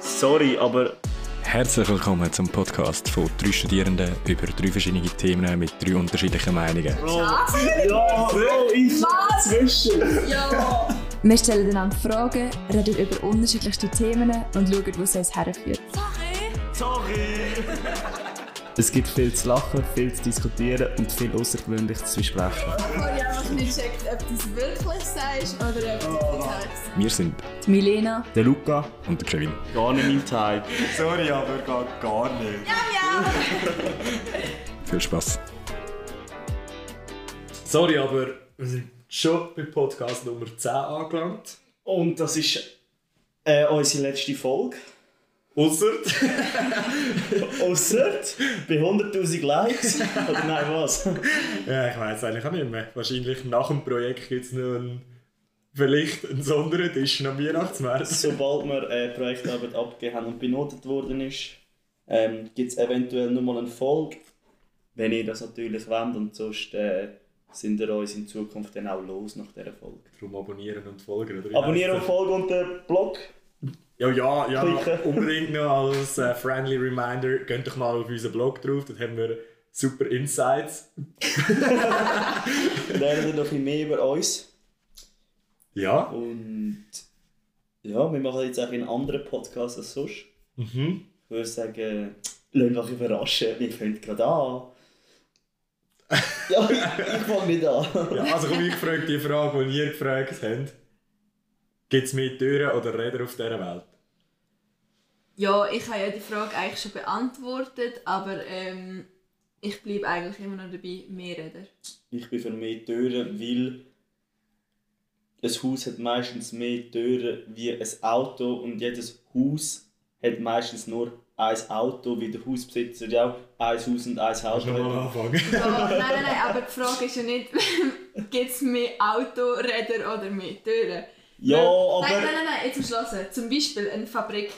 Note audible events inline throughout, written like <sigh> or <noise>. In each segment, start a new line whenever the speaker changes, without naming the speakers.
sorry, aber...
Herzlich willkommen zum Podcast von drei Studierenden über drei verschiedene Themen mit drei unterschiedlichen Meinungen.
Bro, ja, Bro, ich...
Was?
Zwischen!
Ja!
Wir stellen einander Fragen, reden über unterschiedlichste Themen und schauen, wo es uns herführt.
Sorry!
Es gibt viel zu lachen, viel zu diskutieren und viel Außergewöhnliches zu besprechen.
Ich habe einfach nicht gecheckt, ob du es wirklich sagst oder ob du es nicht sagst.
Wir sind
Die Milena,
Der Luca,
und der Kevin.
Gar nicht mein Type.
Sorry, aber gar, gar nicht.
Viel Spaß.
Sorry, aber wir sind schon bei Podcast Nummer 10 angelangt.
Und das ist äh, unsere letzte Folge.
Ausser
<laughs> Ausser bei 100'000 Likes. Oder nein, was?
Ja, ich weiß eigentlich auch nicht mehr. Wahrscheinlich nach dem Projekt gibt es noch einen, vielleicht einen Sondertisch am Weihnachtsmärz.
Sobald wir äh, die Projektarbeit abgegeben haben und benotet worden ist, ähm, gibt es eventuell nochmal eine Folge, wenn ihr das natürlich wollt. Und sonst äh, sind ihr uns in Zukunft dann auch los nach dieser Folge.
Darum abonnieren und folgen, oder? Wie
Abonnieren und
heisst's?
folgen und den Blog.
Ja, ja, ja.
klicken.
Unbedingt noch als äh, friendly reminder, geht doch mal auf unseren Blog drauf, dort haben wir super Insights.
Lernen ihr noch ein bisschen mehr über uns.
Ja.
Und ja, wir machen jetzt auch einen anderen Podcast als sonst.
Mhm.
Ich würde sagen, lasst euch überraschen, wir fangen gerade an. ja, ich, ich fange nicht an.
ja also komm, ich frage die Frage, die ihr gefragt habt. Gibt es mehr Türen oder Räder auf dieser Welt?
Ja, ich habe ja die Frage eigentlich schon beantwortet, aber ähm, ich bleibe eigentlich immer noch dabei,
<laughs>
mehr reden.
Ich bin für mehr Türen, weil ein Haus hat meistens mehr Türen wie ein Auto und jedes Haus hat meistens nur ein Auto, wie der Hausbesitzer ja auch ein Haus und ein
Kannst du
Auto
nochmal
hat.
anfangen?
Ja, nein, nein, nein, aber die Frage ist ja nicht, <laughs> gibt es mehr Autoräder oder mehr Türen?
Ja,
Weil-
aber-
Nein, nein, nein, nein, jetzt umschlossen. Zum Beispiel eine Fabrik.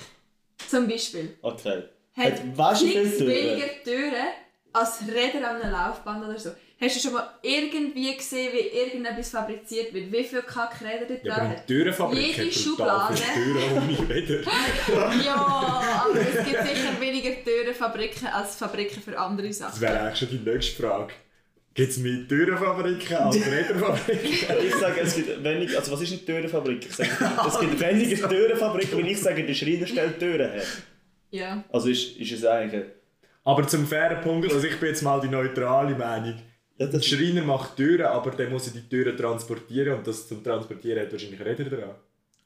Zum Beispiel.
Okay.
Hat
Hat weißt du, wie viele
nichts
Türen?
weniger Türen als Räder an einer Laufbahn oder so. Hast du schon mal irgendwie gesehen, wie irgendetwas fabriziert wird? Wie viel Kackräder da
Ja, aber
dran
eine
hat?
Türenfabrik hat
Jede
brutal
Schublade.
viele Türen ohne Räder.
<laughs> Ja, aber es gibt sicher weniger Türenfabriken als Fabriken für andere
Das
Sachen.
wäre eigentlich schon die nächste Frage. Gibt es mehr Türenfabriken als
<laughs>
Räderfabriken?
Ich sage, es gibt weniger. Also, was ist eine Türenfabrik? Ich
<laughs>
sage, es gibt weniger Türenfabriken, wenn ich sage, der Schreiner stellt Türen her.
Ja.
Also ist, ist es eigentlich.
aber zum fairen Punkt, also ich bin jetzt mal die neutrale Meinung.
Ja,
Der
das
Schreiner macht Türen, aber der muss ja die Türen transportieren und das zum Transportieren hat wahrscheinlich Räder dran.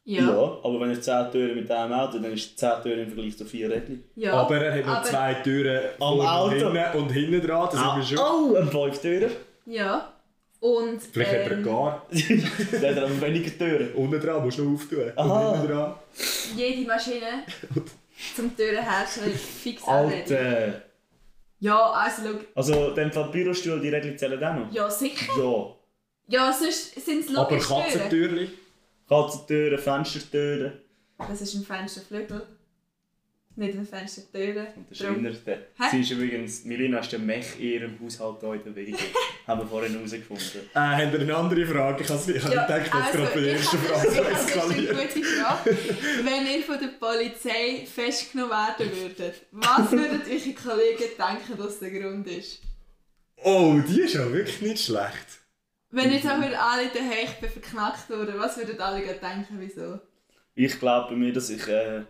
ja.
Ja.
aber wenn er 10 Türen mit einem Auto, dann ist 10 Türen im Vergleich zu 4 Rädchen.
ja.
aber er hat noch
aber-
zwei Türen
Am
vorne und
Auto.
hinten und hinten dran, das sind wir schon.
Oh, ein 5 Türen.
Ja. Und.
Vielleicht hat er
ähm,
gar
Dann hat er aber weniger Türen.
unten dran, musst du noch auftun.
Aha.
Und hinten dran.
jede Maschine zum Türen herstellen fix anreden.
Alter!
Ja, also schau.
Also, dann fällt Bürostuhl, die Rädchen zählen auch noch.
Ja, sicher.
Ja.
Ja, sonst sind es
Aber
logisch Türen.
Katzentürchen?
Katzentüren, Fenstertüren.
Das ist ein Fensterflügel. Nicht ein Fenstertüren.
Der Schreiner, der.
Hä?
Sie ist übrigens, Milena ist der Mech in ihrem Haushalt hier in der Wege. Haben wir vorhin herausgefunden.
Äh, habt ihr eine andere Frage? Ich habe
Ja,
gedacht, dass
also,
gerade bei der
ich
ersten
habe- <laughs>
Frage
Das ist eine
eskaliert.
gute Frage. Wenn ihr von der Polizei festgenommen werden würdet, was würden eure Kollegen denken, dass der Grund ist?
Oh, die ist ja wirklich nicht schlecht.
Wenn jetzt auch wieder alle daheim ich bin verknackt wurden, was würden alle gerade denken, wieso?
Ich glaube bei mir, dass ich äh,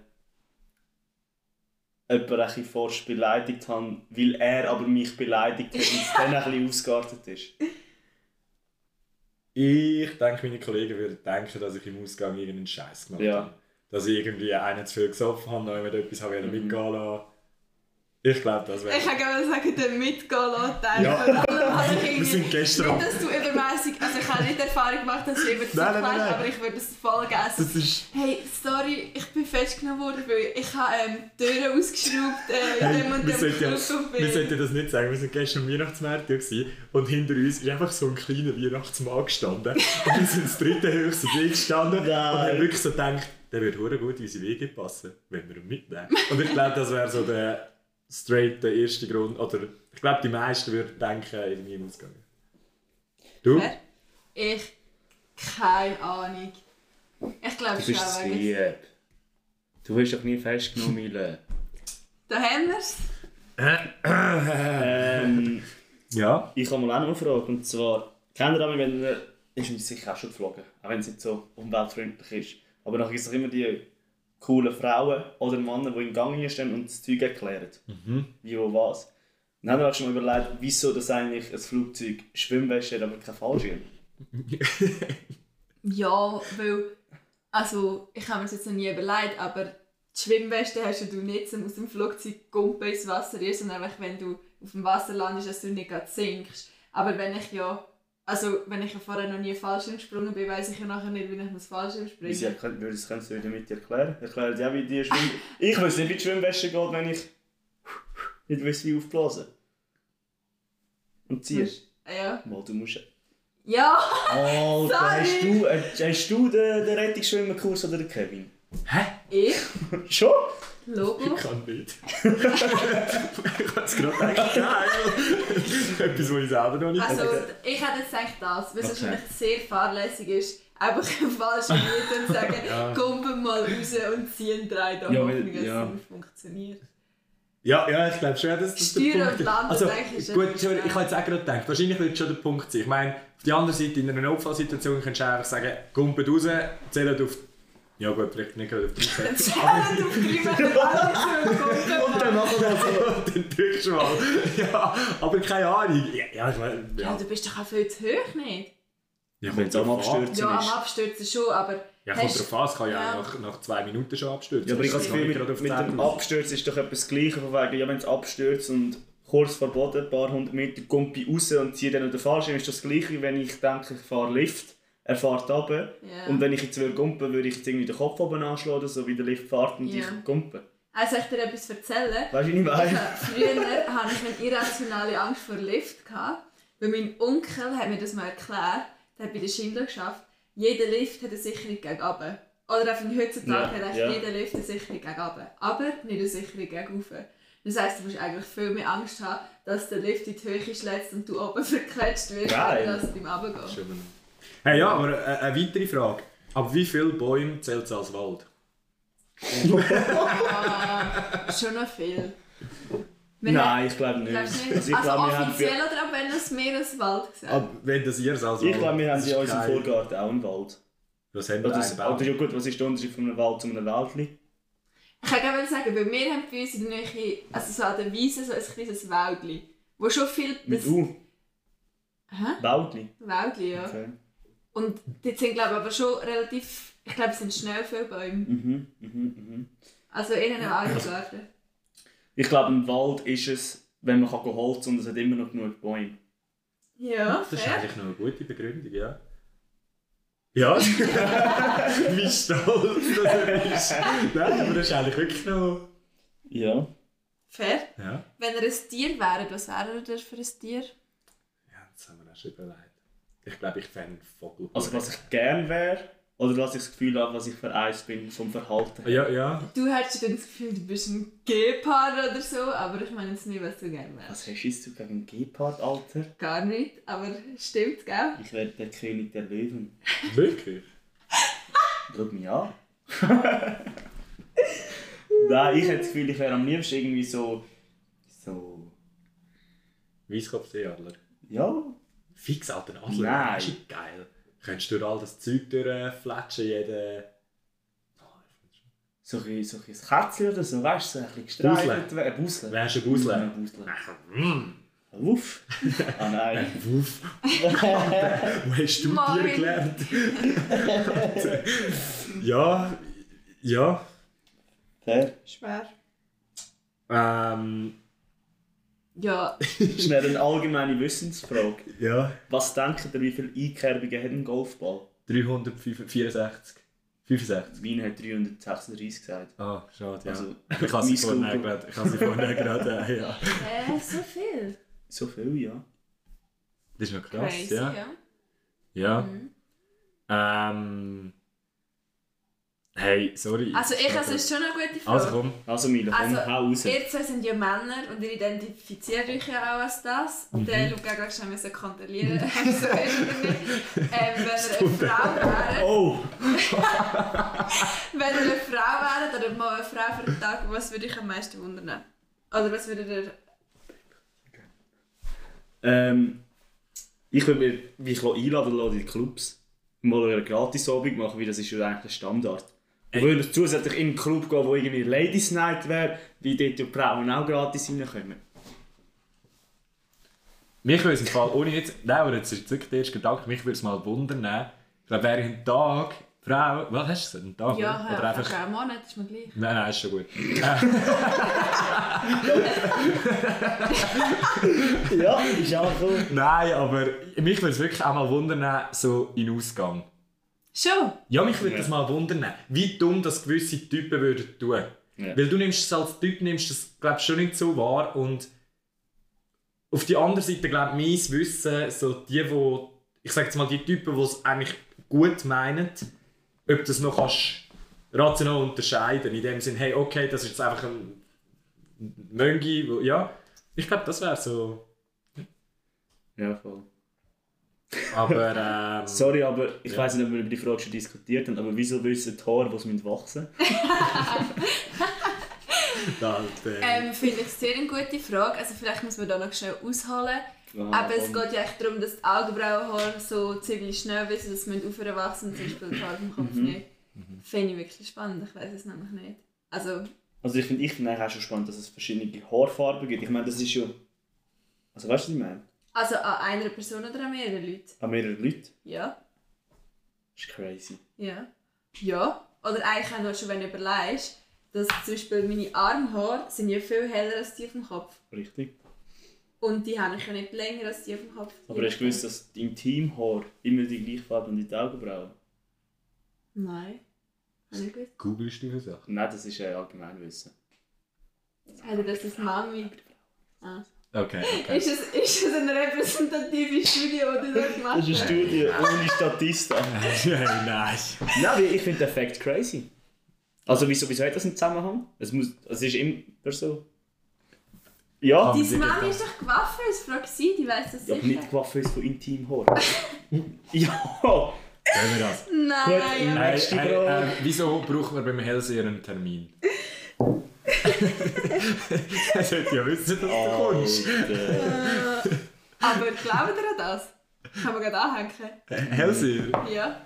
jemanden ein bisschen forsch beleidigt habe, weil er aber mich beleidigt hat und es dann ein bisschen ausgeartet ist.
Ich denke, meine Kollegen würden denken, dass ich im Ausgang irgendeinen Scheiß gemacht
Ja.
habe. Dass ich irgendwie einen zu viel gesoffen habe, noch jemand etwas habe mhm.
Mhm.
mitgehen lassen. Ich glaube, das wäre...
Ich kann gerne sagen, der mitgehen lassen, denken.
Ja. <laughs>
Aber habe <laughs> ich irgendwie-
Wir sind gestern
Nicht, dass du übermäßig, also ich habe nicht die Erfahrung gemacht, dass du jemanden
Nein, nein, nein,
zuklebst,
nein.
aber ich würde es voll gegessen.
Das ist...
Hey, sorry, ich bin festgenommen worden, weil ich habe ähm, die Türen ausgeschraubt äh, in
Hey,
dem und
wir
dem
sollten ja,
Club
wir sollten das nicht sagen, wir sind gestern am Weihnachtsmarkt gewesen und hinter uns ist einfach so ein kleiner Weihnachtsmann gestanden und wir sind das dritte höchste Bild gestanden und
Nein.
haben wirklich so gedacht, der würde hure gut in unsere Wege passen, wenn wir ihn mitnehmen. Und ich glaube, das wäre so der straight der erste Grund, oder ich glaube, die meisten würden denken, irgendwie im Ausgang. Du?
Wer? Ich, keine Ahnung. Ich glaube
Du bist
schon,
Sieb.
Du hast doch nie festgenommen, Mille.
Da haben wir es.
Ähm,
Äh. Ja.
ich habe mal auch noch eine Frage. Und zwar, kennt ihr einmal, wenn ihr. Ist uns sicher auch schon geflogen, auch wenn es nicht so umweltfreundlich ist. Aber nachher gibt es doch immer die coolen Frauen oder Männer, die im Gang hier stehen und das Zeug erklären. Wie, wo, was. Dann haben wir auch schon mal überlegt, wieso das eigentlich ein Flugzeug Schwimmwäsche hat, aber kein Fallschirm.
Ja, weil. Also, ich habe mir das jetzt noch nie überlegt, aber die Schwimmweste hast ja du nicht, um aus dem Flugzeug gumpen ins Wasser rein, sondern einfach, wenn du auf dem Wasser landest, dass du nicht gerade sinkst. Aber wenn ich ja. Also, wenn ich ja vorher noch nie Fallschirm gesprungen bin, weiß ich ja nachher nicht, wie ich muss Fallschirm
Wie sie
springen.
erklären, würden sie können sie wieder mit dir erklären? Erklären sie auch, wie die Schwimm... <laughs> ich weiß nicht, wie die Schwimmwäsche geht, wenn ich nicht weiß, wie aufblasen. Und ziehst.
Ja.
Mal, du musst...
Ja!
Alter, Oh,
Sorry.
hast du, hast, hast du den, den Rettungsschwimmerkurs oder den Kevin?
Ich?
Schon?
Logo?
Kann nicht. <laughs> ich habe es gerade gedacht, geil. Etwas, was ich selber noch nicht
Also, ich hätte jetzt gedacht, das, weil es
Okay.
wahrscheinlich sehr fahrlässig ist, einfach falsch mieten und sagen,
<laughs> Ja.
kommen mal raus und ziehen drei
Ja,
da ja,
weil-
Hoffnung, dass
ja.
es
<laughs>
nicht funktioniert.
Ja, ja, ich glaube schon, dass das der
Steuern
Punkt
und Landen,
Also,
denke ich, ist
gut,
etwas
sorry, ich
schwer.
habe jetzt auch gerade gedacht, wahrscheinlich wird es schon der Punkt sein. Ich meine, auf der anderen Seite, in einer Notfallsituation könntest du einfach sagen, kumpelt raus, zählt auf... Ja gut, vielleicht nicht gerade auf die
<laughs>
Zeit.
<laughs> Zählen auf drei
<laughs>
Meter alle und kommen mal.
Dann drückst du mal. <laughs> Ja, aber keine Ahnung. Ja, ja ich meine...
Ja,
Ja,
du bist doch auch viel zu hoch, nicht?
ja
Wenn es am
drauf an.
Abstürzen ist.
Ja, am Abstürzen schon, aber...
Ja, kommt drauf an, es kann ja,
Ja.
auch Nach, nach zwei Minuten schon abstürzen.
Ja, aber ich habe
Das
das
ist noch
Gefühl, mit,
nicht gerade auf
mit dem
10.000.
Abstürzen ist doch etwas Gleiches. Von wegen, ja, wenn es abstürzt und kurz vor Boden, ein paar hundert Meter, kommt bei raus und ziehe dann noch den Fallschirm, ist das Gleiche, wie wenn ich denke, ich fahre Lift, er fährt runter.
Ja.
Und wenn ich jetzt würde gumpen, würde ich jetzt irgendwie den Kopf oben anschlagen, so wie der Lift fährt und
Ja.
ich gumpen.
Also, soll ich dir etwas erzählen?
Weißt du, wie ich meine?
Ja, Also, Früher hatte ich eine irrationale Angst vor Lift. gehabt, Weil mein Onkel hat mir das mal erklärt, der hat bei der Schindler geschafft, jeder Lift hat eine Sicherung gegen oben. Oder auf heutzutage
Ja,
hat echt
ja.
jeder Lift eine Sicherung gegen oben. Aber nicht eine Sicherung gegen oben. Das heisst, du musst eigentlich viel mehr Angst haben, dass der Lift in die Höhe schlägt und du oben <laughs> verquetscht wirst,
Geil.
als dass du ihm runtergehst.
Stimmt. Hey, ja, aber äh, eine weitere Frage. Ab wie viele Bäume zählt es als Wald?
Ah, Schon noch viel.
<laughs>
Wir
Nein, ich glaube nicht.
haben- Glaubst du nicht?
Also, ich
Also
glaube, wir haben, Oh,
offiziell oder ab wenn das Meer als Wald gesagt
Ab wenn das ihr es als Wald?
ich glaube, wir haben
Das
in
ist
unserem
geil.
Vorgarten auch einen Wald.
Was haben wir
Oder,
da? Ein Baum?
oder ja gut, was ist der Unterschied von einem Wald zu einem Wäldli?
Ich kann gerne sagen, weil wir haben bei uns in der Nähe, also so an der Wiese, so ein kleines Wäldli, wo schon viel...
Mit
das-
U.
Hä?
Wäldli.
Wäldli, ja.
Okay.
Und dort sind, glaube ich, aber schon relativ... Ich glaube, es sind schnell viele Bäume.
Mhm, mhm, mhm.
Also in einem Waldgarten.
Ich glaube, im Wald ist es, wenn man kann gehen Holz und es hat immer noch genug Bäume.
Ja,
Das ist
fair.
eigentlich noch eine gute Begründung, ja. Ja, <laughs> wie stolz dass er ist. Nein, aber das ist eigentlich wirklich noch...
Ja.
fair.
Ja,
Wenn ihr ein Tier wäret, was wäret ihr für ein Tier?
ja das haben wir auch schon überlegt. Ich glaube, ich fände einen Vogel.
Also was ich gern wäre, oder was ich das Gefühl habe, was ich für eins bin vom Verhalten her.
Ja, ja.
Du hättest dann das Gefühl, du bist ein Gepard oder so, aber ich meine jetzt nicht, was du gerne wärst.
Was hast du gegen einen Gepard, Alter?
Gar nicht, aber stimmt, gell?
Ich werde der König der Löwen.
Wirklich?
Schau mich an. Nein, ich hätte das Gefühl, ich wäre am liebsten irgendwie so... So...
Weisskopfseeadler.
Ja,
Fix, Alter, Adler.
Nein.
Das ist geil. Könntest du durch all das Zeug durchfletschen, jeden...
so ein, so ein Kätzchen oder so, weißt du, so ein bisschen
Busle.
gestreichelt. werden. Ein Busle.
Wärst du ein
Ein
Busler?
Busle. Ein Wuff. Ah nein.
Wuff. <laughs> Wo hast du
Marvin.
Tier gelernt? ja, ja.
Fair.
Schwer.
Ähm,
Ja,
Schnell eine allgemeine Wissensfrage.
ja.
Was denkt ihr, wie viele Einkerbungen hat ein Golfball?
364. 65.
Wien hat 336 gesagt.
Ah, schade, ja.
Also,
ich habe sie
mein
vorne
Google.
gerade. Ich habe sie vorne gerade, äh, <laughs> ja.
äh, so viel.
So viel, ja.
Das ist noch krass,
Crazy,
ja.
ja. Mhm.
Ja. Ähm. Hey, sorry.
Also ich, es ist schon eine gute Frage.
Also komm.
Also Milo, komm,
Also,
hau raus.
Ihr zwei sind ja Männer und ihr identifiziert euch ja auch als das. Und
Mhm.
der Luca hat gerade schon
<laughs>
<laughs> müssen kontrollieren, ob es so ist oder nicht. Ähm, wenn ihr eine Frau wäre,
Oh!
Wenn ihr eine Frau wäret oder mal eine Frau für einen Tag, was würde euch am meisten wundern? Oder was würdet ihr...
Ähm, ich würde mir mich einladen lassen in die Clubs. Mal eine Gratisabend machen, weil das ist ja eigentlich der Standard. Ich würde zusätzlich in einen Club gehen, wo irgendwie Ladies Night wäre, weil dort ja die Frauen auch gratis reinkommen.
Mich würde es im Fall, ohne jetzt, nein, aber jetzt ist wirklich der erste Gedanke, mich würde es mal wundern, ich glaube, wäre ich einen Tag, Frau, was hast du gesagt, einen Tag?
Ja,
oder? oder einfach,
einen Monat ist mir gleich.
nein, nein, ist schon gut.
<laughs> Ja, ist auch cool.
Nein, aber mich würde es wirklich auch mal wundern, so in den Ausgang.
Schon?
Ja, mich würde das mal wundern, wie dumm das gewisse Typen würden tun. Weil du nimmst es als Typ, nimmst das, glaub ich, schon nicht so wahr und auf die andere Seite, glaube ich, mein Wissen, so die, wo, ich sage jetzt mal, die Typen, die es eigentlich gut meinen, ob das noch kannst rational unterscheiden in dem Sinn, hey, okay, das ist jetzt einfach ein Möngi, wo- ja. Ich glaube, das wäre so,
Ja, voll.
aber <laughs> ähm,
Sorry, aber ich weiss nicht, ob wir über die Frage schon diskutiert haben, aber wieso wissen die Haare, die es müssen wachsen
da, äh,
Ähm, Finde ich sehr eine gute Frage. Also vielleicht muss man da noch schnell ausholen.
<laughs> müssen?
Aber es geht ja echt darum, dass die Augenbrauenhaare so ziemlich schnell wissen, dass sie aufhören wachsen, zum Beispiel die Haare vom Kopf
Mhm.
nicht. Finde ich wirklich spannend, ich weiß es nämlich nicht. Also,
Also ich finde ich find eigentlich auch schon spannend, dass es verschiedene Haarfarben gibt. Ich meine, das ist ja... Also weißt du, was ich meine?
also an einer Person oder an mehreren Leuten?
An mehreren Leuten.
Ja,
Das ist crazy.
ja, ja. Oder eigentlich auch noch schon, wenn du überlegst, dass zum Beispiel meine Armhaare sind ja viel heller als die vom Kopf.
Richtig.
Und die habe ich ja nicht länger als die vom Kopf.
Aber hast du gewusst, dass im Teamhaar immer die gleiche Farbe und die Augenbrauen?
Nein. Habe ich gewusst.
googelst du Sachen?
Nein, das ist ja Allgemeinwissen.
Hat er das als Mami
Okay, <laughs> okay.
Ist es, ist es eine repräsentative Studie, die du da gemacht
Das
hast?
ist eine Studie ohne <laughs> Statista.
Nein.
Nein, weil ich finde den Fact crazy. Also wieso, wieso hat das einen Zusammenhang? Es, muss, es ist immer so. Ja,
Aber-
Deine Mami ist doch gewaffnet, das frag sie, die weiß das
ja, aber
sicher.
nicht gewaffnet von <laughs> Intimhaar. ja!
Können wir das?
Nein, aber
Hey,
Nächste
hey,
Frage.
ähm, wieso braucht man beim Hellseher
<laughs>
einen Termin? er sollte ja wissen, dass du
Oh.
kommst.
Alter.
aber glaubt ihr an das? Kann man gerade anhängen?
Hellseher?
Ja.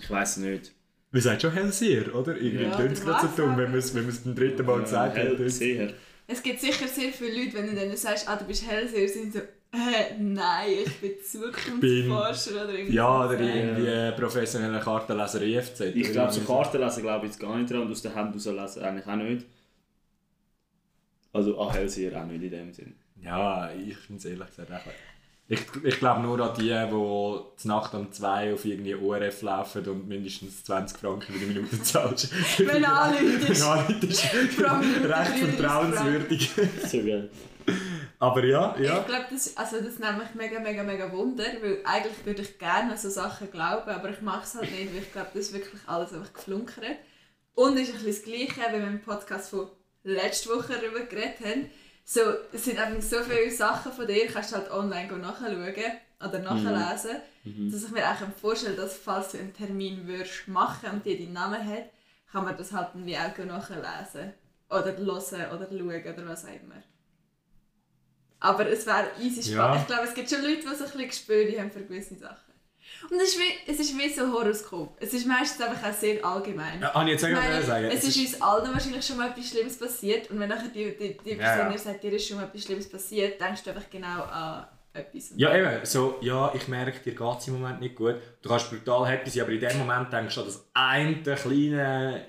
Ich weiß nicht.
Wir sagen schon Hellseher, oder? Irgendwie
Ja,
tönt es gerade so
Wasser.
dumm, wenn wir es wenn wir es beim dritten Mal gesagt
Hell
haben.
sehr.
Es gibt sicher sehr viele Leute, wenn du denen sagst, ah, du bist Hellseher, sind so, äh, nein, ich bin Zukunftsforscher oder irgendwas.
Ja, oder irgendwie äh, professioneller Kartenleser E EFZ.
Ich glaube, so Karten lesen glaube ich jetzt gar nicht dran und aus den Händen raus lesen eigentlich auch nicht. Also an Hellseher auch nicht in dem Sinn.
Ja, ich finde es ehrlich gesagt auch. Ich, ich glaube nur an die, die die Nacht um 2 auf irgendwie ORF laufen und mindestens 20 Franken für die Minute zahlst.
Wenn du anläutest.
Ja, das ist
Vor allem
recht
mit
vertrauenswürdig.
<laughs> So geil.
Aber ja,
Ich
ja.
glaube, das, also das nimmt mich mega, mega, mega Wunder, weil eigentlich würde ich gerne an so Sachen glauben, aber ich mache es halt nicht, weil ich glaube, das ist wirklich alles einfach geflunkert. Und es ist ein bisschen das Gleiche, wie wir im Podcast von letzter Woche darüber geredet haben. So, es sind einfach so viele Sachen von dir, kannst du halt online go nachschauen oder nachlesen, dass ich mir auch vorstellen kann, dass falls du einen Termin würdest machen und die deinen Namen hat, kann man das halt dann wie auch go nachlesen. Oder hören oder schauen oder was auch immer. Aber es wäre easy spannend.
Ja.
Ich glaube, es gibt schon Leute, die so ein bisschen Gespür haben für gewisse Sachen. Und es ist, wie, es ist wie so ein Horoskop. Es ist meistens einfach auch sehr allgemein.
Ja, Habe ich jetzt
Ich meine,
eigentlich sagen.
es ist uns allen wahrscheinlich schon mal etwas Schlimmes passiert und wenn nachher die, die, die Person
Ja, ja.
dir sagt, dir ist schon mal etwas Schlimmes passiert, denkst du einfach genau an etwas.
Ja, eben, so, ja, ich merke, dir geht es im Moment nicht gut. Du kannst brutal happy sein, aber in dem Moment denkst du an das eine kleine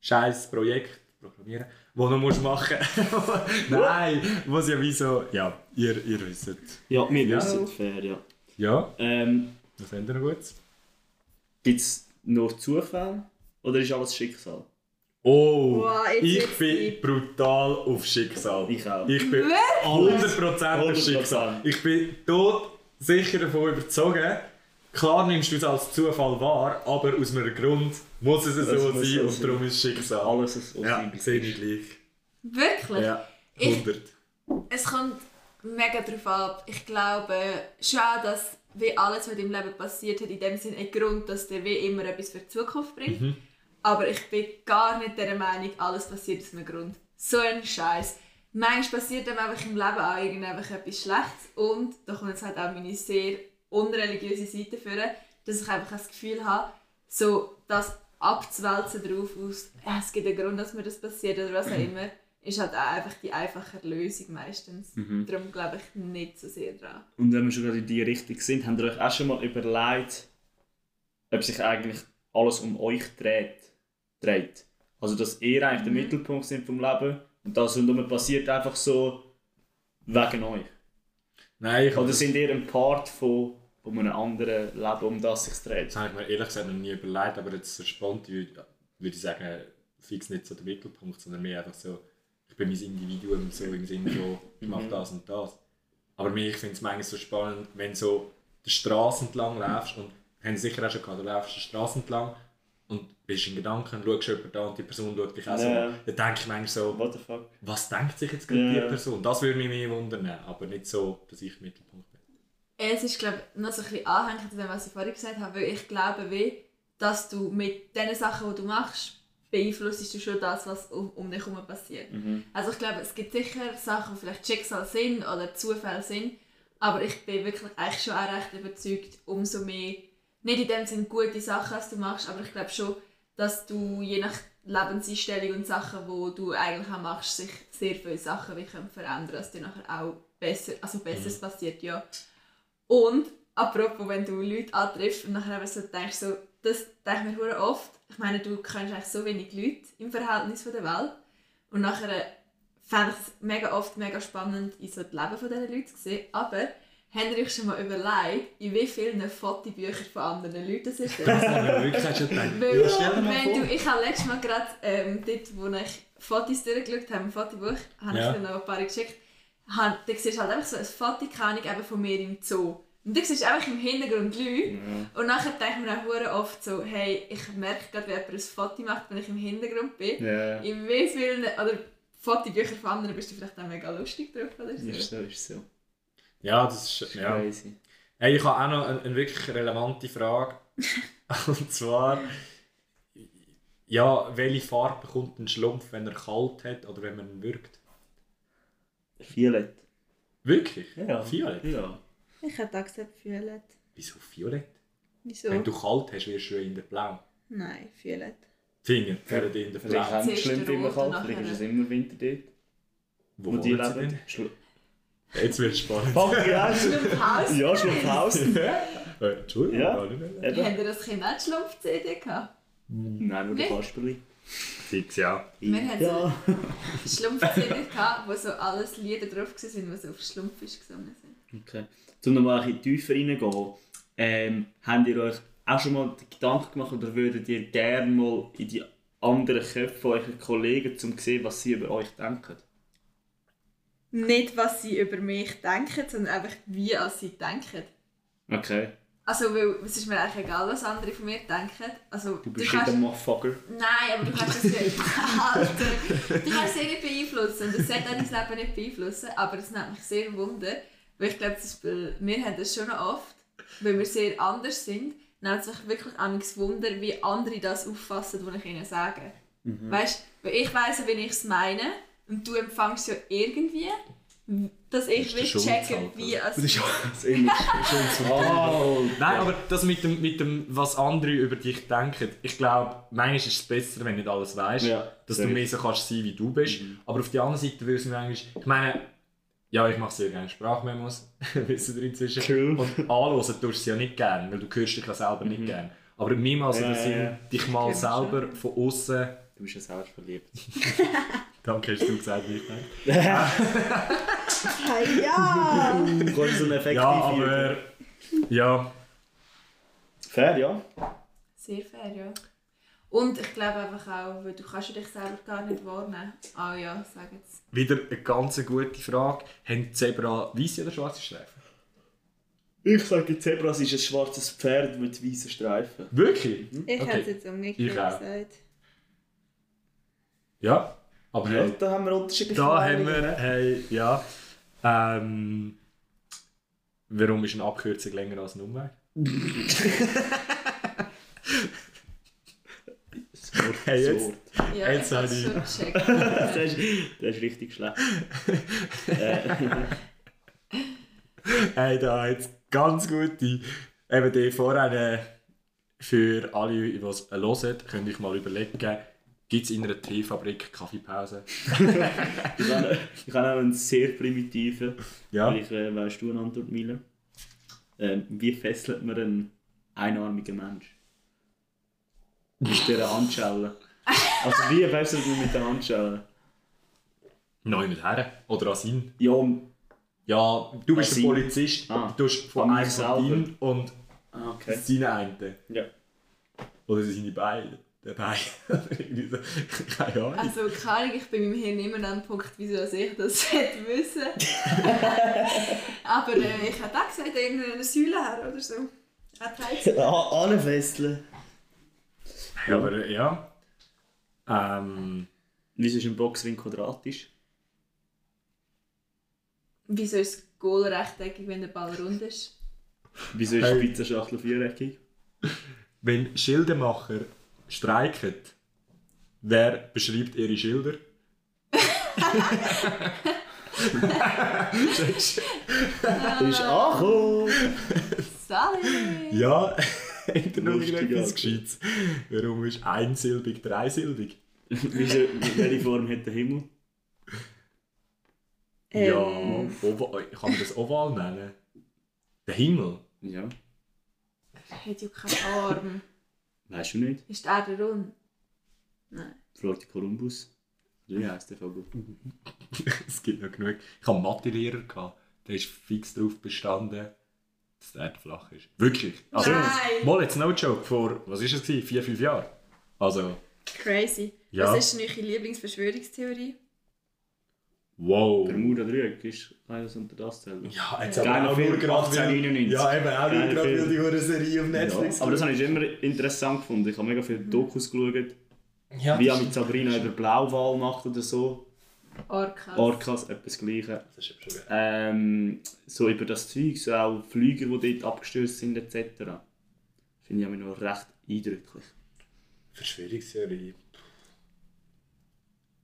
scheiß Projekt, Programmieren, das du noch musst machen <laughs> musst. Nein, was ja wie so, ja, ihr, ihr wisst.
Ja, wir
Ja.
wissen fair, ja.
Ja,
Ähm,
das haben wir noch gut.
Gibt es nur Zufall oder ist alles Schicksal?
Oh,
Wow, jetzt
ich
wird's
bin
deep.
brutal auf Schicksal.
Ich auch.
Ich bin 100% auf
100%.
Schicksal. Ich bin tot sicher davon überzogen. Klar nimmst du es als Zufall wahr, aber aus einem Grund muss es
Es
so
muss so
sein und
sein.
darum ist Schicksal.
Alles ist
ja,
unsinnbar.
sehe ich gleich.
Wirklich?
Ja,
Ich-
100.
Es kommt mega drauf ab. Ich glaube schon, auch, dass wie alles, was im Leben passiert hat, in dem Sinne ein Grund, dass der wie immer etwas für die Zukunft bringt. Aber ich bin gar nicht der Meinung, alles passiert aus einem Grund. So ein Scheiß. Manchmal passiert einem einfach im Leben auch irgend einfach etwas Schlechtes und da kommt jetzt halt auch meine sehr unreligiöse Seite führen, dass ich einfach das Gefühl habe, so das abzuwälzen drauf aus, ja, es gibt einen Grund, dass mir das passiert oder was auch immer, ist halt auch einfach die einfache Lösung meistens. Darum glaube ich nicht so sehr dran.
Und wenn wir schon gerade in die Richtung sind, habt ihr euch auch schon mal überlegt, ob sich eigentlich alles um euch dreht? dreht? Also, dass ihr eigentlich
Mhm.
der Mittelpunkt sind vom Leben und das rundum passiert einfach so wegen euch.
Nein, ich habe
Oder
das,
sind ihr ein Part von, von einem anderen Leben, um das sich dreht?
das habe ich mir ehrlich gesagt noch nie überlegt, aber jetzt so spontan würde würde ich sagen, fix nicht so der Mittelpunkt, sondern mehr einfach so, ich bin mein Individuum so im Sinne von, ich mache
Mhm.
das und das. Aber mir, ich finde es manchmal so spannend, wenn so die Straße entlang läufst und ich habe es sicher auch schon gehabt, du läufst die Straße entlang und bist in Gedanken, schaust jemanden an und die Person schaut dich auch so
Ja.
an. Dann denke ich manchmal so,
What the fuck?
was denkt sich jetzt gerade
Ja.
die Person? Das würde mich mehr wundern, aber nicht so, dass ich im Mittelpunkt bin.
Es ist, glaube ich, noch so ein bisschen anhängend an dem, was ich vorhin gesagt habe, weil ich glaube, wie, dass du mit den Sachen, die du machst, beeinflusst du schon das, was um, um dich herum passiert. Also ich glaube, es gibt sicher Sachen, die vielleicht Schicksal sind oder Zufälle sind, aber ich bin wirklich eigentlich schon auch recht überzeugt, umso mehr, nicht in dem Sinne gute Sachen, was du machst, aber ich glaube schon, dass du je nach Lebenseinstellung und Sachen, die du eigentlich auch machst, sich sehr viele Sachen wie können verändern, dass dir nachher auch besser, also Besseres passiert, ja. Und, apropos, wenn du Leute antriffst und nachher eben so denkst, so, das denke ich mir hure oft, ich meine, du kennst eigentlich so wenig Leute im Verhältnis von der Welt und nachher fände ich es mega oft mega spannend, in so das Leben von diesen Leuten zu sehen, aber habt ihr euch schon mal überlegt, in wie vielen Fotobüchern von anderen Leuten sind das?
Ich habe wirklich auch schon gedacht,
<laughs> Weil,
ja, stell dir mal
wenn
vor.
du, ich habe letztes Mal gerade ähm, dort, wo ich Fotos durchgeschaut habe, im Fotobuch, habe
Ja.
ich dir noch ein paar geschickt, habe, da siehst du halt einfach so ein Foto, keine Ahnung, eben von mir im Zoo. Und du siehst einfach im Hintergrund Leute. Und nachher denke ich mir auch hure oft so, hey, ich merke gerade, wie jemand ein Foto macht, wenn ich im Hintergrund bin.
Ja,
In wie vielen, oder Fotobücher von anderen bist du vielleicht auch mega lustig drauf oder so.
ist so, ist so.
Ja, das ist. Ja.
Crazy.
Hey, ich habe auch noch eine, eine wirklich relevante Frage. Und zwar. Ja, welche Farbe bekommt ein Schlumpf, wenn er kalt hat oder wenn man ihn würgt?
Violett.
Wirklich?
Ja.
Violett?
Ja.
Ich hätte auch gesagt, Violet.
Wieso Violett?
Wieso?
Wenn du kalt hast, wirst du ja in der Blau.
Nein, Violet.
Die Finger werden in der
Vielleicht
Blau.
haben
Zuerst
wir schlimm
der
immer
rote,
kalt,
nachher-
vielleicht ist es immer Winter dort, wo
Wo
die
wohnen sie
leben.
denn?
Schlu-
Jetzt wird es spannend.
Fuck, ja,
Haus?
ja, Schlumpfhausen.
Äh, Entschuldigung,
Ja.
gar nicht mehr.
Eben.
Habt ihr das Kind auch die Schlumpf-CD gehabt?
Nein, nur der
Nicht?
Kasperli.
Fix, ja.
Wir hatten so
Ja.
Schlumpf-CD gehabt, wo so alles Lieder drauf waren, die so auf Schlumpf ist gesungen sind.
Okay. Um nochmal ein bisschen tiefer reingehen, ähm, habt ihr euch auch schon mal den Gedanken gemacht oder würdet ihr gerne mal in die anderen Köpfe von euren Kollegen, um zu sehen, was sie über euch denken?
Nicht, was sie über mich denken, sondern einfach, wie als sie denken.
Okay.
Also, weil es ist mir eigentlich egal, was andere von mir denken. Also,
Du bist nicht ein
<laughs>
Motherfucker.
Nein, aber du kannst das nicht Alter, Du kannst es eh nicht beeinflussen. Das sollte auch dein Leben nicht beeinflussen. Aber es nimmt mich sehr wunder. Weil ich glaube, zum Beispiel, wir haben das schon noch oft, weil wir sehr anders sind, nimmt es mich wirklich an Wunder, wie andere das auffassen, was ich ihnen sage. Weißt du, weil ich weiss, ja, wie ich es meine und du empfängst ja irgendwie, dass ich
Hast du
will
schon
checken,
gezahlt,
wie es.
Das Image ist schon zu Wow.
Oh, Nein, aber das mit dem, mit dem, was andere über dich denken, ich glaube, manchmal ist es besser, wenn du nicht alles weißt,
Ja,
dass
sehr Mhm.
du mehr so kannst sein, wie du bist. Aber auf der anderen Seite würde es mir manchmal, ich meine, ja, ich mache sehr gerne Sprachmemos, <laughs> wissen ihr inzwischen.
Cool. Mhm.
Und anhören tust du sie ja nicht gerne, weil du hörst dich ja selber nicht gerne. Aber niemals
Ja,
ja,
ja, ja.
dich mal selber von außen.
Du bist ja selbst verliebt.
Danke, hast du gesagt, wie ich denke.
Du kannst so einen Effekt
Ja,
einführen.
aber. Ja,
Fair, ja.
<laughs> Sehr fair, ja. Und ich glaube einfach auch, weil du kannst ja dich selber gar nicht wahrnehmen. Ah ja, sag jetzt.
wieder eine ganz gute Frage. Haben die Zebra weiße oder schwarze Streifen?
Ich sage, Zebras ist ein schwarzes Pferd mit weißen Streifen.
Wirklich?
Ich
Okay.
hätte es jetzt umgekehrt
Ich auch.
gesagt.
Ja, aber
Ja,
hey,
ne? da haben wir unterschiedliche
da haben
Meinungen,
wir,
ne?
hey, ja, ähm, Warum ist eine Abkürzung länger als ein Umweg? Hey,
Das
jetzt-
Wort.
Ja,
Jetzt
ich
habe
habe
ich-
schon gecheckt.
Das ist, das ist richtig schlecht. Äh,
Hey, da jetzt ganz gute. Eben die Vorrennen äh, für alle, die es hören, könnte ich mal überlegen, gibt es in einer Teefabrik Kaffeepause?
Ich habe, ich habe auch einen sehr primitiven.
Ja.
Vielleicht äh, weißt du eine Antwort, Mila. Ähm, wie fesselt man einen einarmigen Mensch? Mit dieser Handschelle. Also wie fesselt man mit der Handschelle?
Neu mit her. Oder an ihn.
Ja, um-
Ja, du bist
An
der
ihn.
Polizist.
Ah.
Du hast von
An
einem
mich
von
selber.
ihn und
ah, okay.
seine einen.
Ja.
Oder seine Beine. Der Bein. Irgendwie so. <laughs> Keine Ahnung.
Also, keine Ahnung, ich bin im Hirn immer an dem Punkt, wieso dass ich das <laughs> hätte wissen. Aber äh, ich hätte auch gesagt, irgendeine Säule her oder so. Hat heißt.
Ah, Alle fesseln.
Ja, aber äh, ja. Ähm,
Wieso ist ein Boxring quadratisch?
Wieso ist das Goal rechteckig, wenn der Ball rund ist?
<laughs>
Wieso ist eine Pizzaschachtel viereckig?
wenn Schildemacher streiken, wer beschreibt ihre Schilder?
Ist angekommen!
Ah, Sally!
Ja, <laughs> hat er noch
Lustig,
irgendetwas
Alter.
Gescheites. Warum ist einsilbig dreisilbig?
Wieso, welche Form hat der Himmel?
Ja, Oval, kann man das Oval nennen? Der Himmel?
Ja.
Er hat ja keinen Arm.
Weißt du nicht?
Ist die Erde rund?
Fragt Kolumbus. Wie heisst der Vogel?
<laughs> Es gibt noch genug. Ich hatte einen Mathelehrer, gehabt, der ist fix darauf bestanden, dass die Erde flach ist. Wirklich. Also,
Nein.
Mal jetzt no joke, vor, was ist es, gewesen? vier, fünf Jahren? Also,
Crazy.
Ja.
Was ist denn eure Lieblingsverschwörungstheorie?
wow.
Bermuda Dreieck ist eines unter das zählen.
Ja, jetzt
Geiler
aber auch
Film,
nur gerade weil-
1899.
Ja, eben auch nur
Geiler
gerade weil
Film.
die hure Serie auf Netflix
aber das habe ich immer interessant gefunden. Ich habe mega viele Dokus geschaut,
ja,
wie er mit Sabrina über Blauwal macht oder so.
Orcas.
Orcas, etwas Gleiches. Ähm, so über das Zeug, so auch Flüger, die dort abgestürzt sind, etc. Finde ich auch noch recht eindrücklich.
Verschwörungstheorie.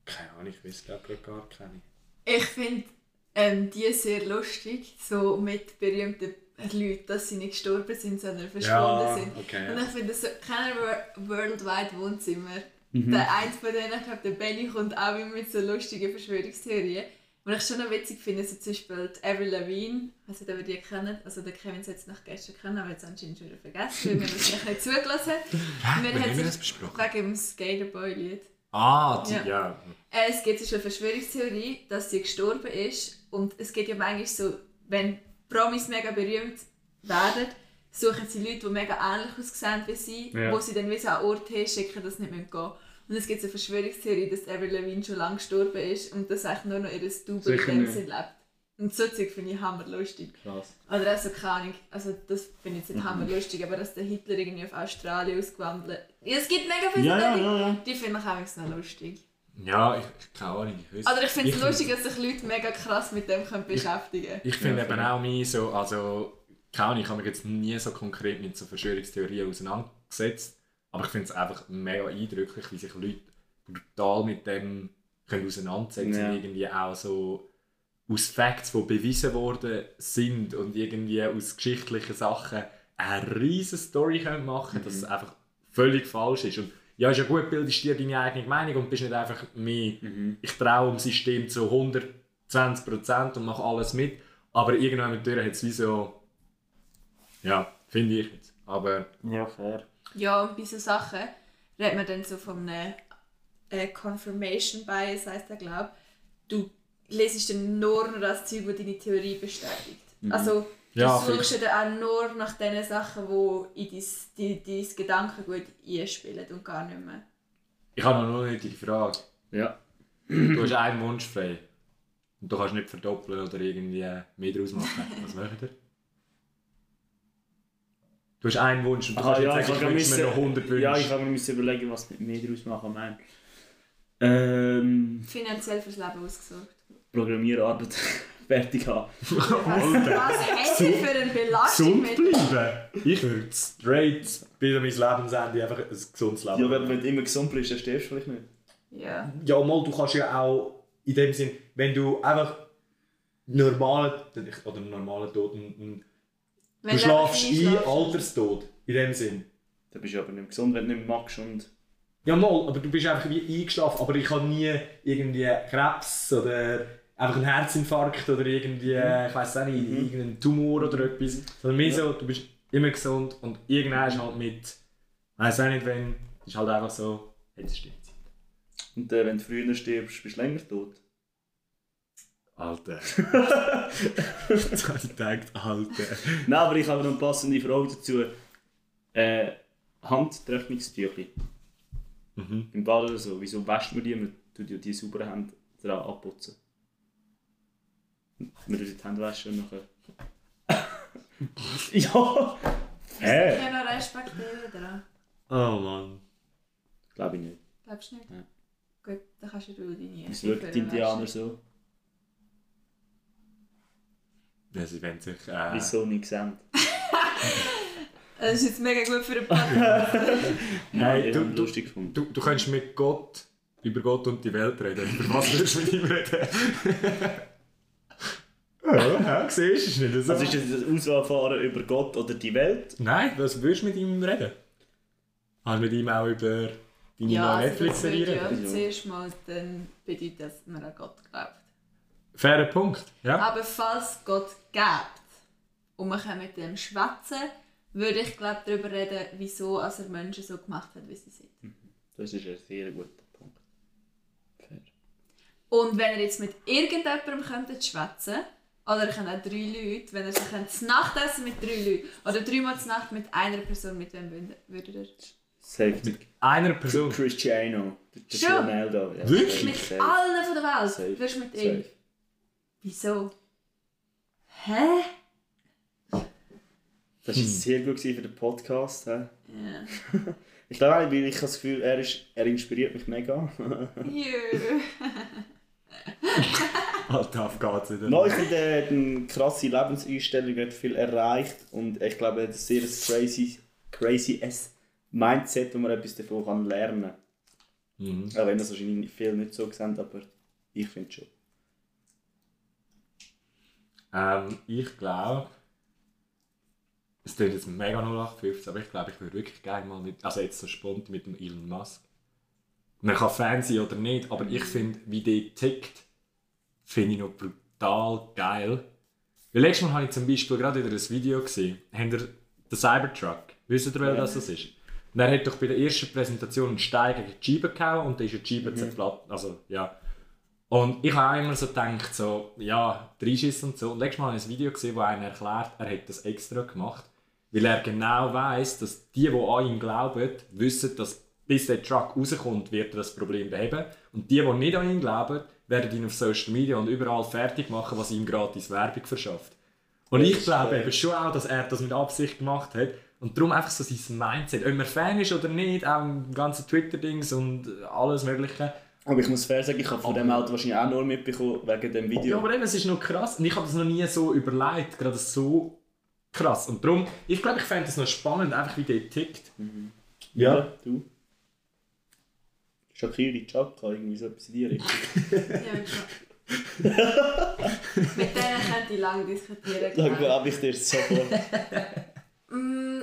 Keine Ahnung, ich weiß glaube ich gar keine.
Ich finde ähm, die sehr lustig, so mit berühmten Leuten, dass sie nicht gestorben sind, sondern verschwunden sind.
okay.
Und ich finde das so, kein Wor- Worldwide Wohnzimmer.
Hm. Mhm.
Der eins von denen, ich glaube, der Benny kommt auch immer mit so lustigen Verschwörungstheorien. Und ich schon noch witzig finde, so zum Beispiel die Avril Lavigne, also den wir die kennen, also der Kevin hat es noch gestern kennen, aber jetzt anscheinend schon wieder vergessen, weil wir das vielleicht nicht zugelassen haben. Wir
Wann haben wir
haben
das
es
besprochen?
wegen dem Skaterboy-Lied.
Ah, die, ja.
Ja. Äh, Es gibt eine Verschwörungstheorie, dass sie gestorben ist. Und es gibt ja manchmal so, wenn Promis mega berühmt werden, suchen sie Leute, die mega ähnlich aussehen wie sie,
Ja.
wo sie dann wie so an Orte hinschicken, dass sie nicht mehr gehen Und es gibt eine Verschwörungstheorie, dass Avril Lavigne schon lange gestorben ist und dass eigentlich nur noch ihr Double
Sicher
in dem
nicht.
Sinn lebt. Und so Zeug finde ich hammerlustig.
Krass.
Oder also keine Ahnung, also das finde ich jetzt nicht
Mhm.
hammerlustig, aber dass der Hitler irgendwie auf Australien ausgewandelt Ja, Es gibt mega viele
Ja, ja,
Sachen,
ja, ja.
die finde ich auch manchmal noch lustig.
ja, ich, ich keine Ahnung. Ich, weiss-
Also ich finde es
find-
lustig, dass sich Leute mega krass mit dem können beschäftigen können.
Ich finde
Ja,
eben auch meine so, also, keine Ahnung, ich habe mich jetzt nie so konkret mit so Verschwörungstheorien auseinandergesetzt, aber ich finde es einfach mega eindrücklich, wie sich Leute brutal mit dem können auseinandersetzen
Ja.
und irgendwie auch so aus Facts, die bewiesen worden sind und irgendwie aus geschichtlichen Sachen eine riesige Story können machen dass es einfach völlig falsch ist. Und ja, ist ja gut, bildest dir deine eigene Meinung und bist nicht einfach mehr, ich traue dem System zu 120% und mache alles mit, aber irgendwann mit der hat es wie so, ja, finde ich jetzt. Aber
Ja, fair.
Ja, und bei so Sachen redet man dann so von einem äh, Confirmation Bias, heisst der glaube Du lesest dann nur noch das Zeug, das deine Theorie bestätigt. Also du
Mhm. Ja,
suchst ja dann auch nur nach den Sachen, die in dein, dein, dein Gedankengut einspielen und gar nicht mehr.
ich habe noch eine unnötige Frage.
Ja.
Du hast einen Wunsch frei und du kannst nicht verdoppeln oder irgendwie mehr daraus machen. Was macht ihr? Du hast einen Wunsch und du kannst
ja,
nicht sagen, ich
habe
wünsche mir noch
Also, müssen-
100 Wünsche.
Ja, ich habe mir müssen überlegen, was mit mir daraus machen Ähm, meint. Ähm,
Finanziell fürs Leben ausgesucht.
Programmierarbeit. <laughs> fertig haben.
Was hat er für eine Belastung
Gesund
mit
bleiben? Ich würde straight bis an mein Lebensende einfach ein gesundes Leben
Ja, wenn wenn du immer gesund bleibst, dann stirbst du vielleicht nicht.
Ja.
Ja, mal, du kannst ja auch in dem Sinn, wenn du einfach normalen, oder einen normalen Tod, einen, einen,
Wenn
du schlafst
einfach
ein,
einschläfst.
Alterstod, in dem Sinn.
Dann bist du aber nicht mehr gesund, wenn du nicht mehr magst. Und
Ja, mal, aber du bist einfach wie eingeschlafen, aber ich habe nie irgendwie Krebs oder einfach einen Herzinfarkt oder irgendwie, ich weiß auch nicht, irgendeinen Tumor oder etwas. Sondern mehr so, du bist immer gesund und irgendwann ist halt mit, weiß auch nicht, wenn, ist halt einfach so, jetzt stimmt.
Und äh, wenn du früher stirbst, bist du länger <laughs> tot.
Alter. <laughs> Jetzt habe ich gedacht, Alter.
Nein, aber ich habe noch eine passende Frage dazu. Äh, Handtrocknungstüchli.
Mhm.
Im Bad oder so. Wieso wäscht man die? Man tut ja die sauberen Hände dran abputzen. Man tut die Hände waschen und nachher... <laughs> ja!
Ich
Hä?
kann noch respektieren daran.
Oh Mann.
Glaube ich nicht.
Glaubst du nicht?
Ja.
Gut, dann kannst du deine
Es wirkt die Indianer so.
Ja, sie wollen sich. Äh,
Wieso nicht gesehen?
Das ist jetzt mega gut für den
<laughs>
<laughs>
Podcast.
Nein, ich
du-
habe es
du-
lustig gefunden.
Du, du kannst mit Gott über Gott und die Welt reden. Über was willst du mit ihm reden? ja, ja, siehst du, ist nicht so.
Also ist das ein Auswahlfahren über Gott oder die Welt?
Nein, was willst du mit ihm reden? Hast du mit ihm auch über deine
ja,
neue
also das
Netflix-Serie
würde ja
reden?
zuerst mal dann bedeuten, dass man an Gott glaubt.
Fairer Punkt, ja?
Aber falls Gott gibt und man kann mit dem schwätzen, würde ich glaube darüber reden, wieso als er Menschen so gemacht hat, wie sie sind.
Das ist ein sehr guter Punkt. Fair.
Und wenn er jetzt mit irgendjemandem könnte schwätzen oder er kann auch drei Leute, wenn er so könnte das Nachtessen mit drei Leuten oder dreimal die Nacht mit einer Person, mit wem würde- würde er?
Safe. Mit
Einer Person.
Cristiano. Das
Schon?
Ronaldo. Ja,
Wirklich?
Mit
Safe.
allen von der Welt
Safe.
würdest du mit ihm.
Safe.
Wieso? Hä?
Das war
Hm.
sehr gut gewesen für den Podcast. hä?
Ja.
<laughs> Ich glaube, auch, weil ich habe das Gefühl, er, ist, er inspiriert mich
<laughs>
mega.
Jö.
Alter, auf geht's wieder.
Neu hat er eine krasse Lebenseinstellung, hat viel erreicht und ich glaube, er hat ein sehr crazy, crazy ass Mindset, wo man etwas davon kann lernen kann.
Mhm.
Auch wenn das wahrscheinlich viele nicht so sehen, aber ich finde schon.
Ähm, ich glaube, es klingt jetzt mega 0815, aber ich glaube, ich würde wirklich gerne mal mit, also jetzt so spontan mit dem Elon Musk. Man kann Fan sein oder nicht, aber ich finde, wie der tickt, finde ich noch brutal geil. Weil letztes Mal habe ich zum Beispiel gerade wieder ein Video gesehen, habt ihr den Cybertruck, wisst ihr, wer das das ist? Und er hat doch bei der ersten Präsentation einen Stein gegen die Scheibe gehauen und dann ist ja die Scheibe zerplatzt, also ja. Und ich habe auch immer so gedacht, so, ja, Dreischiss und so. Und letztes Mal habe ich ein Video gesehen, wo einer erklärt, er hat das extra gemacht, weil er genau weiß, dass die, die an ihn glauben, wissen, dass bis der Truck rauskommt, wird er das Problem beheben. Und die, die nicht an ihn glauben, werden ihn auf Social Media und überall fertig machen, was ihm gratis Werbung verschafft. Und ich glaube eben schon auch, dass er das mit Absicht gemacht hat. Und darum einfach so sein Mindset, ob man Fan ist oder nicht, auch im ganzen Twitter-Dings und alles Mögliche.
Aber ich muss fair sagen, ich habe von dem Auto wahrscheinlich auch nur mitbekommen wegen dem
Ja,
Video.
aber eben, es ist noch krass. Und ich habe das noch nie so überlegt, gerade so krass. Und darum, ich glaube, ich fände es noch spannend, einfach wie der tickt.
Mhm. ja. Du? Shakiri Chaka, irgendwie so etwas in die Richtung.
Ja, schon. Mit denen könnte ich lange diskutieren.
Da
glaub ich.
glaube ich dir sofort.
Mm,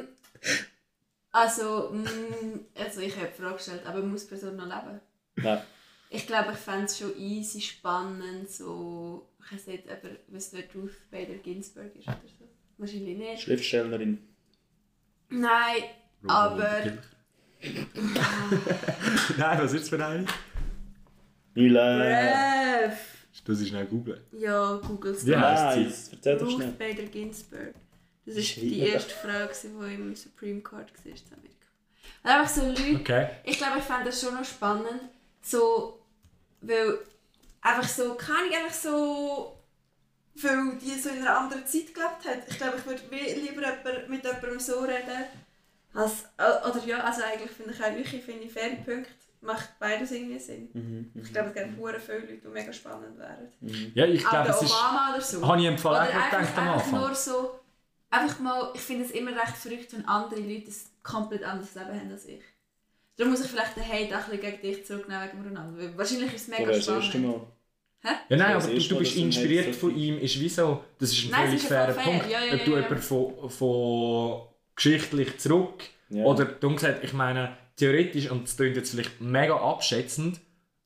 also, mm, also, ich habe die Frage gestellt, aber muss die Person noch leben?
Nein.
Ich glaube, ich fände es schon easy, spannend, so... Ich weiß nicht, aber was nicht Ruth Bader Ginsburg ist oder so. Wahrscheinlich nicht.
Schriftstellerin.
Nein, aber...
<laughs> Nein, was ist das für eine?
Müller.
Äh,
Du sollst schnell googeln.
ja, google's
Ja. heisst sie?
Nein, jetzt erzähl doch schnell.
Ruth Bader Ginsburg. Das ist
Schreiben.
die erste Frau, gewesen, die im Supreme Court war in Amerika. Und einfach so Leute...
Okay.
Ich glaube, ich fände das schon noch spannend, so, weil einfach so, keine Ahnung, einfach so, weil die so in einer anderen Zeit gelebt hat. Ich glaube, ich würde wie- lieber jemand, mit jemandem so reden, als, äh, oder ja, also eigentlich finde ich auch wirklich, finde ich faire Punkte, macht beides irgendwie Sinn.
Mhm,
ich glaube, es gibt hure viele Leute, die mega spannend wären.
Ja, ich
Auch
glaube,
der
es ist...
Obama oder so.
Habe ich im Fall auch
Oder
gerade gedacht
einfach,
am
einfach
Anfang.
nur so, einfach mal, ich finde es immer recht verrückt, wenn andere Leute ein komplett anderes Leben haben als ich. Darum muss ich vielleicht den Hate auch ein bisschen gegen dich zurücknehmen wegen Ronaldo. weil Wahrscheinlich ist es mega
Aber das erste
spannend.
Mal.
Ja, nein,
Das
aber du,
erste
du
Mal,
bist
dass ein
inspiriert
Headset-
von ihm, ist wie so, das ist ein
Nein, es
völlig
ist ja
fairer
voll fair.
Punkt.
Ja, ja,
ob du
ja, ja.
jemanden von, von geschichtlich zurück
Ja.
oder dumm gesagt, ich meine, theoretisch, und das klingt jetzt vielleicht mega abschätzend,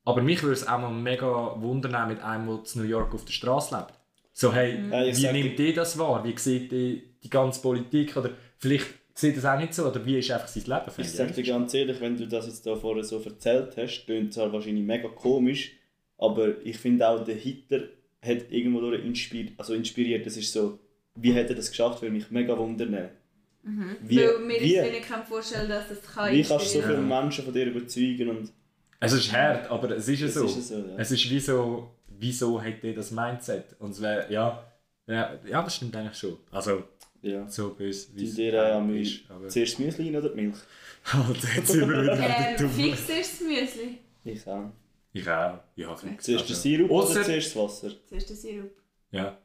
aber mich würde es auch mal mega wundern, mit einem, der in New York auf der Straße lebt. So, hey,
Ja, ich
wie
sag-
nimmt ihr das wahr? Wie sieht ihr die ganze Politik? Oder vielleicht sieht das auch nicht so, oder wie ist einfach sein Leben? finde
Ich
ich
sag dir ganz ehrlich, wenn du das jetzt da vorher so erzählt hast, klingt zwar wahrscheinlich mega komisch, aber ich finde auch, der Hitler hat irgendwo durch inspiriert, also inspiriert, das ist so, wie hat er das geschafft, würde mich mega wundern. Wie,
Weil mir
wie,
ist wenig kann vorstellen, dass das kann.
wie kannst du so
inspirieren.
viele Menschen von dir überzeugen und
Es ist hart, aber es ist ja
Es
so.
ist ja so, ja.
Es ist wie so, wieso hat der das Mindset? Und es wäre, ja, ja, ja, das stimmt eigentlich schon. Also,
ja.
so böse, wie
Die
es
dir äh, am
ist. Aber
zuerst das Müsli rein oder die Milch?
<laughs> Alter, jetzt sind wir wieder
Ähm,
der Dumme.
fix ist das Müsli.
Ich auch.
Ich auch. Ja, fix.
Zuerst der
Also,
Sirup
Ausser-
oder zuerst das Wasser?
Zuerst den Sirup.
Ja.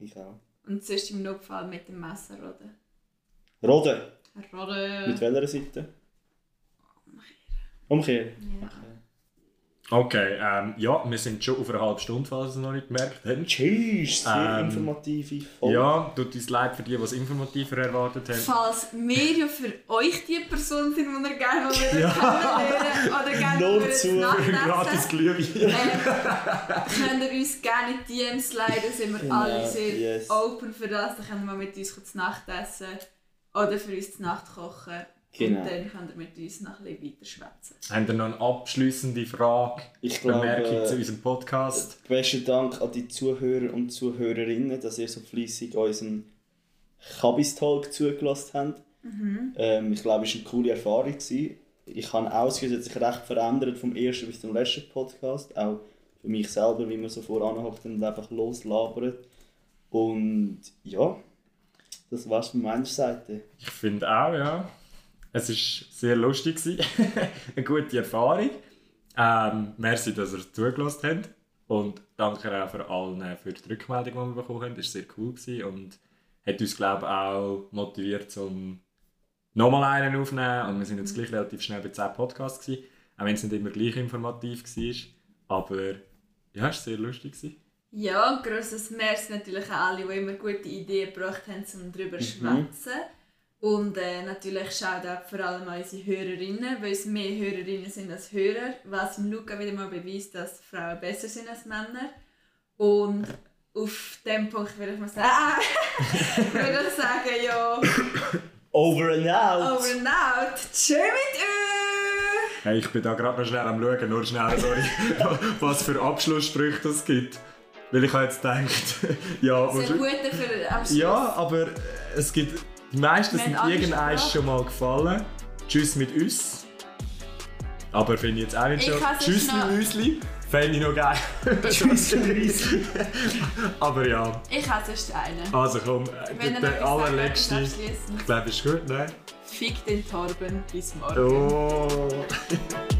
Ich auch.
Und zuerst im Notfall mit dem Messer roden.
Roden,
Roden.
mit welcher Seite? Umkehren.
Okay, ähm, ja, wir sind schon auf einer halben Stunde, falls ihr es noch nicht gemerkt habt.
Tschüss, sehr
Ähm,
informative Folge.
Ja, tut uns leid für die, die es informativer erwartet <laughs> haben.
Falls wir ja für euch die Person sind, die ihr gerne mal wieder kennenlernen oder gerne
Nur
mal wieder
zu-
nachtessen,
Glühwein.
könnt ihr uns gerne in die DMs leiten, sind wir
Genau,
alle sehr
yes.
open für das. Dann können wir mit uns zu Nacht essen oder für uns zu Nacht kochen.
Genau.
Und dann könnt ihr mit uns noch ein bisschen weiter schwätzen.
Habt ihr noch eine abschliessende Frage,
Ich glaube,
Bemerkung zu
äh,
unserem Podcast?
besten Dank an die Zuhörer und Zuhörerinnen, dass ihr so fleissig unseren Kabis-Talk zugelassen habt.
Mhm.
Ähm, ich glaube, es war eine coole Erfahrung. Gewesen. Ich habe auch das Gefühl, es hat sich recht verändert vom ersten bis zum letzten Podcast. Auch für mich selber, wie man so voranhockt und einfach loslabert. Und ja, das war's von meiner Seite.
Ich finde auch, ja. Es war sehr lustig. gewesen. <laughs> Eine gute Erfahrung. Ähm, merci, dass ihr zugelassen habt. Und danke auch für allen äh, für die Rückmeldung, die wir bekommen haben. Das war sehr cool gewesen und hat uns, glaube ich, auch motiviert, um nochmal einen aufzunehmen. Und wir sind jetzt gleich relativ schnell bei 10 Podcasts gewesen. Auch wenn es nicht immer gleich informativ war. Aber ja, es war sehr lustig. Gewesen.
Ja, und grosses Merci natürlich an alle, die immer gute Ideen gebracht haben, um darüber
Mhm.
zu schwätzen. Und äh, natürlich Shoutout vor allem an unsere Hörerinnen, weil es mehr Hörerinnen sind als Hörer, was im Luca wieder mal beweist, dass Frauen besser sind als Männer. Und auf dem Punkt würde ich mal sagen, würde ich sagen, ja,
Over and out!
over and out, tschö mit euch!
Hey, ich bin da gerade noch schnell am Schauen, nur schnell, sorry, <laughs> was für Abschlusssprüche das gibt. Weil ich habe jetzt gedacht, <laughs> ja,
Sehr
wahrscheinlich-
gut für am Schluss.
ja, aber es gibt, die meisten
Wir haben
sind
alle
irgendeins
Sprache.
schon mal gefallen. Tschüss mit uns. Aber finde ich jetzt auch nicht
Ich
so.
kann es
Tschüss
jetzt
mit
noch-
Müsli. Fände ich noch
<laughs>
geil. Tschüss mit Müsli. aber ja,
Ich habe sonst einen.
also komm,
Wenn
der,
ihr noch
der
etwas sagt,
allerletzte.
dann
Ich
abschliessend.
glaube, ist gut, ne?
Fick den Torben, bis morgen.
Oh.